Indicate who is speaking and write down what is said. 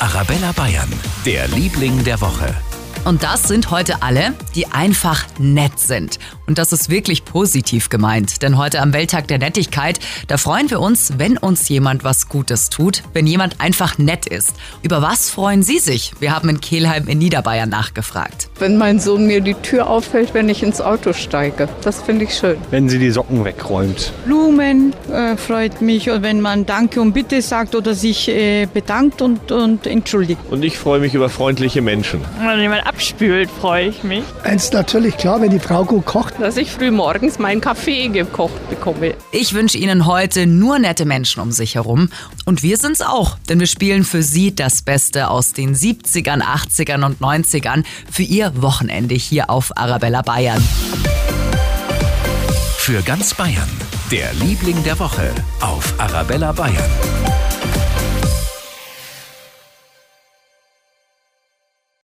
Speaker 1: Arabella Bayern, der Liebling der Woche.
Speaker 2: Und das sind heute alle, die einfach nett sind. Und das ist wirklich positiv gemeint, denn heute am Welttag der Nettigkeit, da freuen wir uns, wenn uns jemand was Gutes tut, wenn jemand einfach nett ist. Über was freuen Sie sich? Wir haben in Kehlheim in Niederbayern nachgefragt.
Speaker 3: Wenn mein Sohn mir die Tür auffällt, wenn ich ins Auto steige, das finde ich schön.
Speaker 4: wenn sie die Socken wegräumt.
Speaker 5: Blumen äh, freut mich, und wenn man Danke und Bitte sagt oder sich äh, bedankt und, und entschuldigt.
Speaker 6: Und ich freue mich über freundliche Menschen.
Speaker 7: Wenn jemand abspült, freue ich mich.
Speaker 8: Eins natürlich klar, wenn die Frau gut kocht,
Speaker 3: Dass ich früh morgens meinen Kaffee gekocht bekomme.
Speaker 2: Ich wünsche Ihnen heute nur nette Menschen um sich herum. Und wir sind's auch, denn wir spielen für Sie das Beste aus den 70ern, 80ern und 90ern für Ihr Wochenende hier auf Arabella Bayern.
Speaker 1: Für ganz Bayern, der Liebling der Woche auf Arabella Bayern.